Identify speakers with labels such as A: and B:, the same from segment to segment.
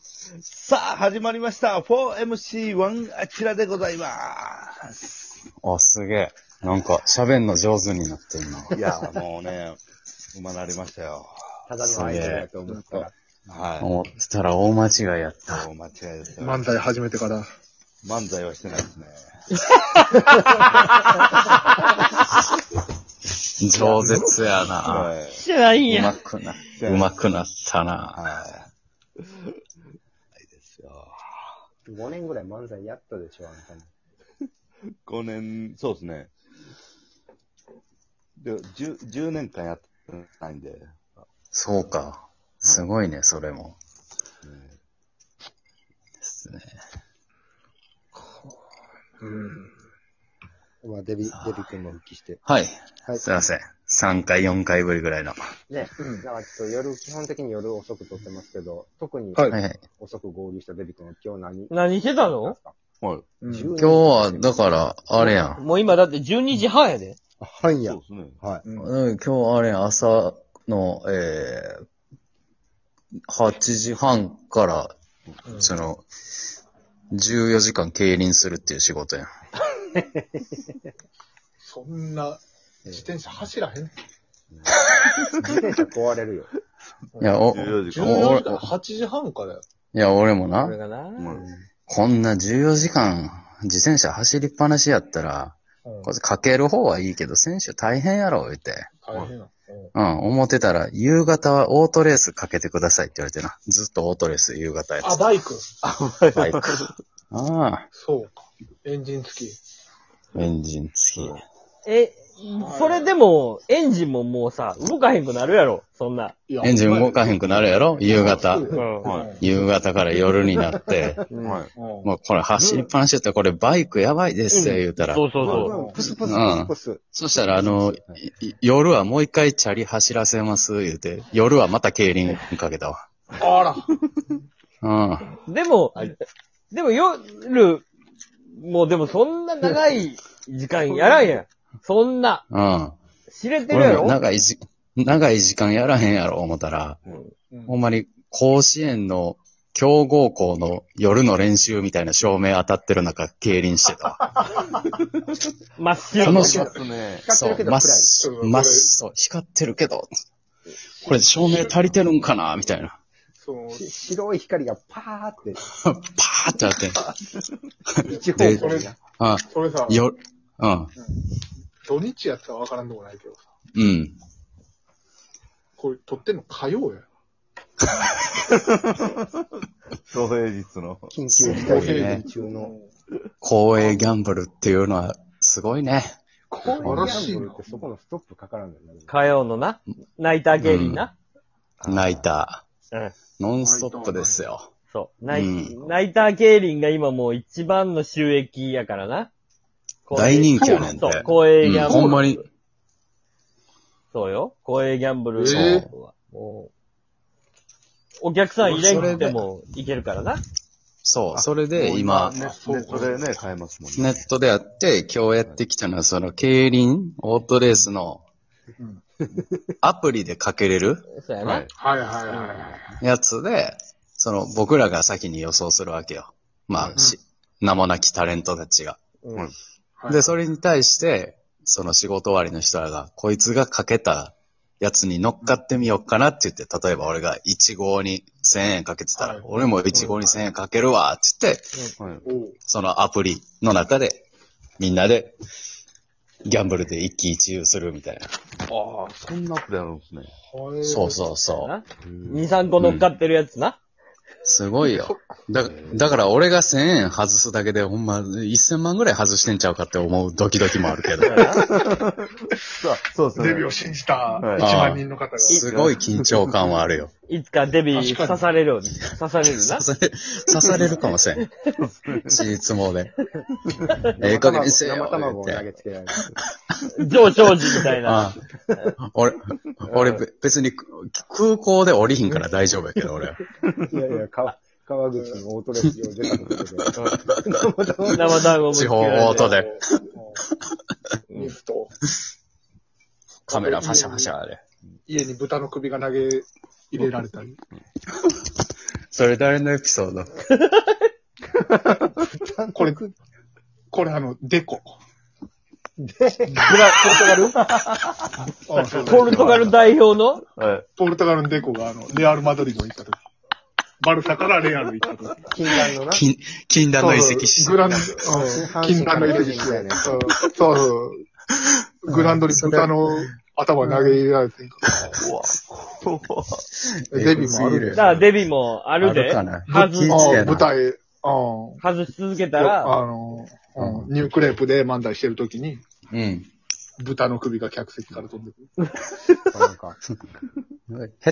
A: さあ、始まりました。4MC1 あちらでございます。
B: あ、すげえ。なんか、喋んの上手になってるな。
A: いやー、もうね、 生まれましたよ。
C: ただのアイドルやと思ったら。
A: は
B: 思ってたら大間違いやっ
A: い。
B: た。
A: そう間違いですよ。
D: 漫才始めてから。
A: 漫才はしてないですね。
B: 上舌や な。
A: は
E: してないん
B: うま
E: や。
B: くな、 うまくなったな。
A: はい。ないですよ。
C: 5年ぐらい漫才やったでしょ、あんたも。
A: 5年、そうですね。で、10, 10年間やってないんで。
B: そうか。すごいね、それも。ですね。
D: うん。
C: まあ、デビ、デビ君も復帰して。
B: はい。
C: はい。
B: すいません。3回、4回ぶりぐらいの。は
C: ね、
D: うん
C: だからちょっと夜、基本的に夜遅く撮ってますけど、特に
D: はい
B: いはい。
C: 遅く合流したデビ君は今日何
E: 何してたの
A: はい。
D: うん
C: 今
B: 今日は、だから、あれやん。
E: もう今だって12時半やで。
C: ら。はいや
A: そう。ですね。
C: はい。
D: うん
B: うん、今日あれやん、朝の、えー、8時半から、その、14時間競輪するっていう仕事やん。
D: そんな、自 転車走らへん。
C: 自転車壊れるよ。
B: いや、お、
A: 14時間。
D: 14時から8時半からや。
B: いや、俺も
E: これ
B: な、
E: がな。
A: うん
B: こんな14時間、自転車走りっぱなしやったら、
D: うん
B: こいつかける方はいいけど、選手大変やろ、言うて。
D: 大変や。
B: う
D: うん
B: ん、思ってたら、夕方はオートレースかけてくださいって言われてな。ずっとオートレース、夕方や
D: あ、
B: つ。
D: バイク。
B: バイク。ああ、
D: そうか。エンジン付き。
B: エンジン付き。
E: え、それでも、エンジンももうさ、動かへんくなるやろ。そんな。
D: いや
B: エンジン動かへんくなるやろ夕方。
E: ん
D: う
A: は
D: ん
B: 夕方から夜になって。
A: はい。
D: うん
B: もうこれ走りっぱなしやったら、これバイクやばいですよ、言うたら。
E: そうそう
C: まあ
E: そ
C: まあプスプスプスプス。
B: そしたら、あの、いい夜はもう一回チャリ走らせます、言うて、夜はまた競輪かけたわ。
D: あら。
B: うん。
E: う。でも、
A: はい
E: でも夜、もうでもそんな長い時間やらんやん。そんな、
B: うん。
E: 知れてるや
B: 俺も
E: ろ
B: 長いじ、長い時間やらへんやろ、思ったら、
D: うん
B: ほんまに甲子園の強豪校の夜の練習みたいな照明当たってる中、競輪してたわ。
E: 真っ白
B: その
A: そ
B: 瞬
A: うですね。
C: 光ってるけど
B: まっ
C: 暗い
B: す、
D: うん
B: まっす、そう光ってるけど、これ照明足りてるんかなみたいな。
D: そう。
C: し白い光がパー って、
B: パーってなって、
C: 一方向に
D: で
C: な。
B: あ、
D: それさ、
B: よ、うん、
D: 土日やったらわからんでもないけどさ。
B: うん。
D: これ撮ってんの火曜や。
A: 諸平日の。
B: そう
C: 緊急事態
B: ですね
C: 宣言中の。
B: 公営ギャンブルっていうのはすごいね。
D: こ
C: ギ
D: れらし
C: ャ
D: い
C: ンブル
D: な
C: って。そこのストップかからんのよね。
E: 火曜のな、ナイター競輪な。
B: ナイタ
E: うん。
B: ー。ノンストップですよ。
E: そう。ナイ、
B: う
E: ナイター競輪が今もう一番の収益やからな。
B: 大人気やねんて
E: そう、公営ギ
B: うん、
E: ャンブル。
B: ほんまに、
E: そうよ。公営ギャンブル
D: そう
E: はもうお客さん入れんくてもいけるからな。
B: そう、それで今、
A: ネットでね、買えますもんね。
B: ネットであって、今日やってきたのは、その、競輪、オートレースの
D: うん、
B: アプリでかけれる
E: そうやな。
A: はい。
D: はいはいはいはい。
B: やつで、その、僕らが先に予想するわけよ。まあ、し名もなきタレントたちが。
E: うん
D: はい
B: で、それに対して、その仕事終わりの人らが、こいつがかけたやつに乗っかってみようかなって言って、例えば俺が1号に1000円かけてた
D: は
B: ら
D: い、
B: 俺も1号に1000円かけるわって言って、
A: はい。
D: おう
B: そのアプリの中で、みんなで、ギャンブルで一喜一憂するみたいな。
A: ああ、そんなアプリあるんですね。
D: はい
B: そうそうそう。
E: な2、3個乗っかってるやつな。
B: すごいよ。だ、だから俺が1000円外すだけで、ほんま、1000万ぐらい外してんちゃうかって思うドキドキもある けど。
A: さあ、そうですね。
D: デビューを信じた
A: はい
D: 1万人の方が。
B: すごい緊張感はあ るよ。
E: いつかデビー
D: 確かに
E: 刺されるように。刺される
B: 刺。
E: な
B: され、刺されるかもしれん。実も で。ええ加減にせよ
C: 生。卵を投
B: 言
C: げ
B: って
C: つけられる。
E: 上昇時みたいな。
B: ああ俺、俺べ別に空港で降りひんから大丈夫やけど、俺 は。
C: いやいや、か川口のオートレス用出たところで。
E: 生団子もつけられて
B: 地方オートで
D: うん水と、
B: カメラパシャパシャで。
D: 家に豚の首が投げ入れられたり。
B: それ誰のエピソード
D: これ、これあの、デコ。
E: ブラ、ポル トガルポルトガル代表の
A: はい。
D: ポルトガルのデコが、あの、レアル・マドリードに行った時。バルサからレアル行った時。
C: 禁断の な。
B: 禁、禁断の遺跡し。
D: グランド、
C: 神
D: 禁断の遺跡
C: 神
D: して
C: 神
D: ね。そうそう。グランドに豚の頭投げ入れられて、デビューもあるで
E: だからデビもある
B: ある
E: で。
B: かな
E: 外
B: 聞いてたよ
D: あ
B: な
D: 舞台、うん
E: 外し続けたら、
D: あの、うんニュークレープで漫才してるときに、
B: うん。
D: 豚の首が客席から飛んでくる。
C: なんか、
B: 下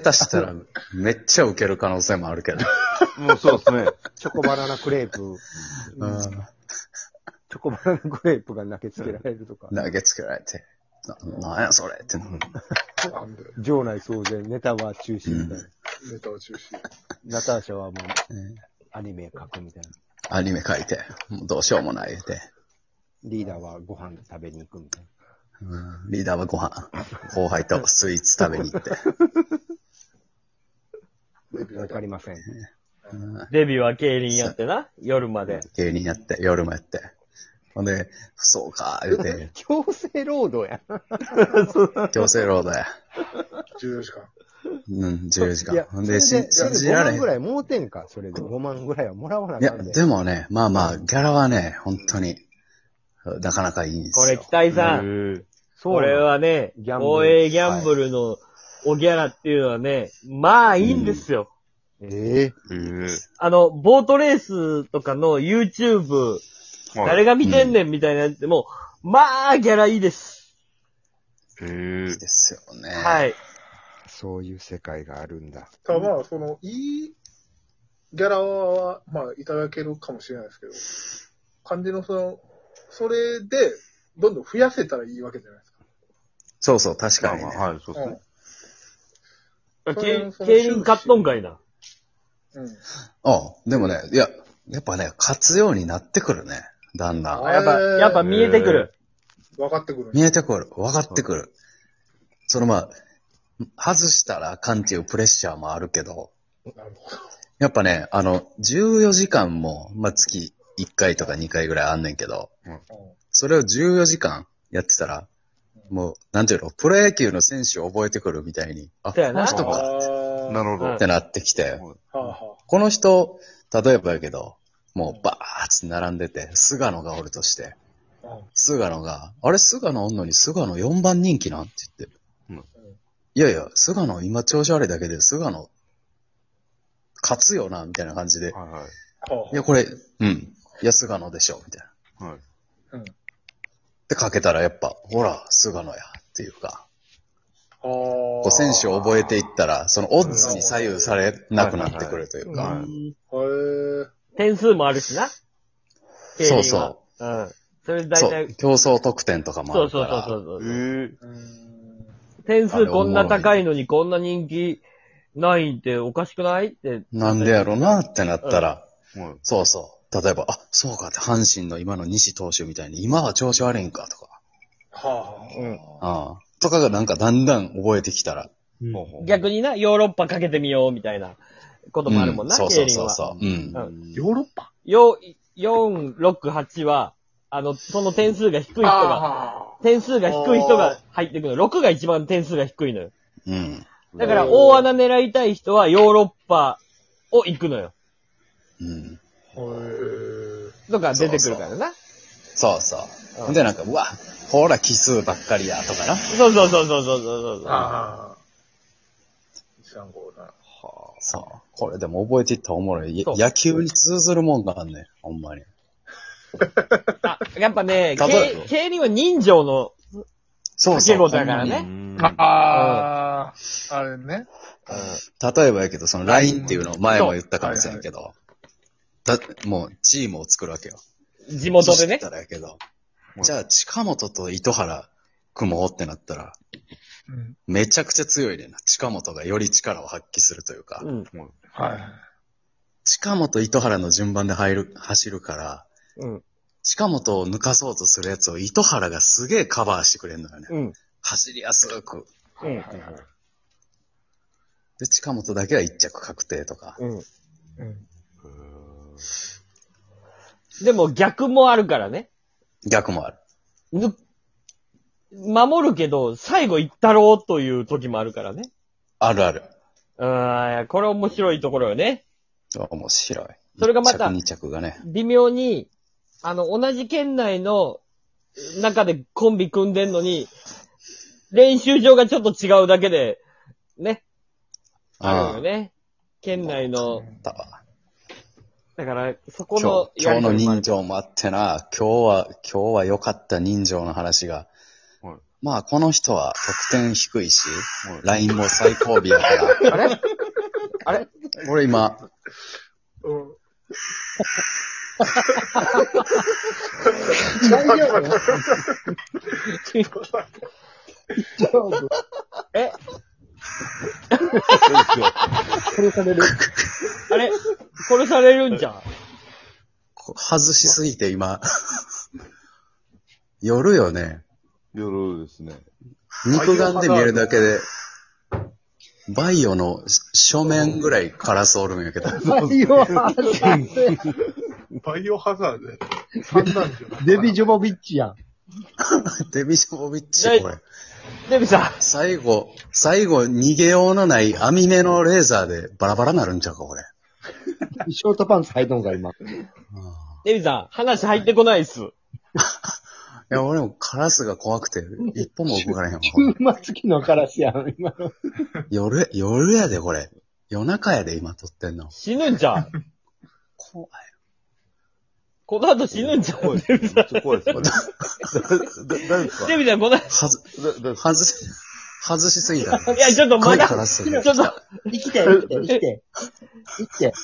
B: 手したら、めっちゃウケる可能性もあるけど。
A: もうそうですね。
C: チョコバナナクレープ、
B: うん。
C: チョコバナナクレープが投げつけられるとか、
B: 投げつけられて。な、なんやそれってなる。
D: なんで、
C: 場内騒然、ネタは中止みたいな。
D: ネタを中心。
C: ナターシャはもう
B: うん、
C: アニメ描くみたいな。
B: アニメ書いて、もうどうしようもない言うて。
C: リーダーはご飯食べに行くみたいな。
B: うんリーダーはご飯、後輩とスイーツ食べに行って。
C: わかりません。
B: うん
E: デビは競輪やってな、夜まで。
B: 芸人やって、夜もやって。ほんで、そうか、言うて、
C: 強制労働やな。
B: 強制労働や。
D: 14時間。
B: うん、14時
C: いや
B: 間。ほん
C: それ
B: で、信
C: それ
B: 信じ
C: 5
B: られへ
C: 万
B: ん
C: ぐ。らいもうてんか、それで。5万ぐらいはもらわない
B: や、
C: かんで。
B: でもね、まあまあ、ギャラはね、本当に、なかなかいいんですよ。
E: これ、北井さん、
C: そう
E: これはね、
C: ギャンブル
E: 公営ギャンブルのおギャラっていうのはね、まあいいんですよ。
C: なの。ええ
E: あの、ボートレースとかの YouTube、誰が見てんねんみたいなやつでも、まあギャラいいです。
B: いいですよね。い。
E: はい。
C: そういう世界があるんだ。
D: ただまあ、その、いいギャラは、まあ、いただけるかもしれないですけど、感じのその、それで、どんどん増やせたらいいわけじゃないですか。
B: そうそう、確かにね。
F: はい、そうですね。
D: うんそれ
E: 競
D: はその
E: 競輪買っとんかいな。
D: うん。
B: あでもね、いや、やっぱね、勝つようになってくるね、だんだん。
E: やっぱ、
D: えー
E: やっぱ見えてくる。
D: 分かってくる。
B: 見えてくる。分かってくる。そのまあ、外したらあかんっていうプレッシャーもあるけど、
D: なるほど。
B: やっぱね、あの、14時間も、まあ、月1回とか2回ぐらいあんねんけど、それを14時間やってたら、もう、なんていうの、プロ野球の選手を覚えてくるみたいに、あ、こ
E: そうやな
B: の人
F: と
B: か
D: あー
F: なるほ
E: うん
F: ど
B: ってなってきて、
D: はあは
B: この人、例えばやけど、もうバーッて並んでて、菅野がおるとして、
D: あうん
B: 菅野が、あれ菅野おんのに菅野4番人気なんって言って。
F: うん
B: いやいや、菅野今調子悪いだけで、菅野、勝つよな、みたいな感じで。
F: はいはい
D: はあはいあ
B: や、これ、うん。いや、菅野でしょ、みたいな。っ
F: はい。
B: てかけたらやっぱ、ほら、菅野や、っていうか。
D: こ
B: こう選手を覚えていったら、そのオッズに左右されなくなってくるという
F: は
B: か。
E: うん
D: へえ。
E: 点数もあるしな。競輪
B: そ
E: は
B: うそ
E: うん。それ
B: う。
E: 大
B: そ
E: 体
B: う、。競争得点とかもあ
E: そう
B: るか
E: そうそ
B: ら。
E: うそうそう。
F: え
D: うーん。
E: 点数こんな高いのにこんな人気ないっておかしくないって。
B: なんでやろなってなったら、
F: えはい。
B: そうそう。例えば、あ、そうかって、阪神の今の西投手みたいに、今は調子悪いんかとか、
D: はあは
B: あ
D: あ。
B: あとかがなんかだんだん覚えてきたら、
F: ほうほう
E: 逆にな、ヨーロッパかけてみようみたいなこともあるもんな、
B: そう
E: 競
B: そう
E: 輪
B: そう
E: は。
B: そう。うん。
D: ヨーロッパ
E: よ、4、6、8は、あの、その点数が低い人が、
D: あ
E: 点数が低い人が入ってくるの。6が一番点数が低いのよ。
B: うん。
E: だから大穴狙いたい人はヨーロッパを行くのよ。
B: うん。
D: あ。へえ。
E: とか出てくるからな。
B: そうそう。で、なんか、うわ、ほら、奇数ばっかりや、とかな。
E: そうそうそうそうそうそうそう。
D: ああ。一三五な。
B: そう。これでも覚えていったらおもろい。
E: そう
B: 野球に通ずるもんがあんねん。ほんまに。
E: あやっぱね、
B: 例え
E: 競
B: ば
E: 競輪は人情の
B: そう
E: 掛
B: そ
E: け
B: う。
E: 事やから
B: ほんま
E: ね
B: に。
D: ああ。あれね。
B: 例えばやけど、その LINE っていうの前も言ったかもしれんけど、だ、もうチームを作るわけよ。
E: 地元で
B: そし。
E: ね
B: たらやけど、じゃあ近本と糸原組もうってなったら、
D: うん。
B: めちゃくちゃ強いねんな。近本がより力を発揮するというか、
E: うん。
D: はい。
B: 近本糸原の順番で入る、走るから、
E: うん。
B: 近本を抜かそうとするやつを糸原がすげえカバーしてくれるのよね。
E: うん。
B: 走りやすく。
E: うん。
B: で、近本だけは一着確定とか。
E: うん。
D: うん。
E: でも逆もあるからね。
B: 逆もある。
E: ぬ、守るけど、最後行ったろうという時もあるからね。
B: あるある。
E: うーん、これ面白いところよね。
B: 面白い。
E: それがまた
B: 1着2着がね。
E: 微妙に、あの、同じ県内の中でコンビ組んでんのに、練習場がちょっと違うだけで、ね、あるよね。県内の
B: あ、あ。だわ
E: だから、そこ
B: 今
E: の
B: 日、今日の
E: やりとりもある
B: 人情もあってな、今日は、今日は良かった人情の話が
F: はい。
B: まあ、この人は得点低いし
F: はい、
B: ラインも最後尾やから。
E: あれあれ
B: 俺今、
D: うん。
C: 大丈夫大丈夫
E: え
C: 殺される。
E: あれ殺されるんじゃん。
B: こ外しすぎて今。 寄るよね。
F: 夜ですね。
B: 肉眼で見えるだけで、バイオの正面ぐらいカラスおるんやけど。
C: 最後は、
D: バイオハザード3なんですよ。
C: デビ・ジョボビッチやん。
B: デビジョボビッチ、
E: はい
B: これ。
E: デビさ
B: 最後、最後、逃げようのない網目のレーザーでバラバラなるんちゃうか、これ。
C: ショートパンツ履いたのが今。
E: ん、デビさん、話入ってこないっす。
B: いや、俺もカラスが怖くて、一歩も動かれへんわ。
C: 馬付きのカラスやん、今の。
B: 夜、夜やで、これ。夜中やで、今撮ってんの。
E: 死ぬんじゃん。
B: 怖い。
E: この後死ぬんじゃん。
F: 怖いですね。めっちゃ怖いですね。だ、だ、誰ですか
E: デビさん、この後、
B: はず、
F: だ、誰ですか
B: 外し、外しすぎ たね。
E: いや、ちょっと
B: 濃
E: ま
B: い
E: だ、
B: カラス
E: ちょっと、
C: 生きて、生きて、生きて。生きて。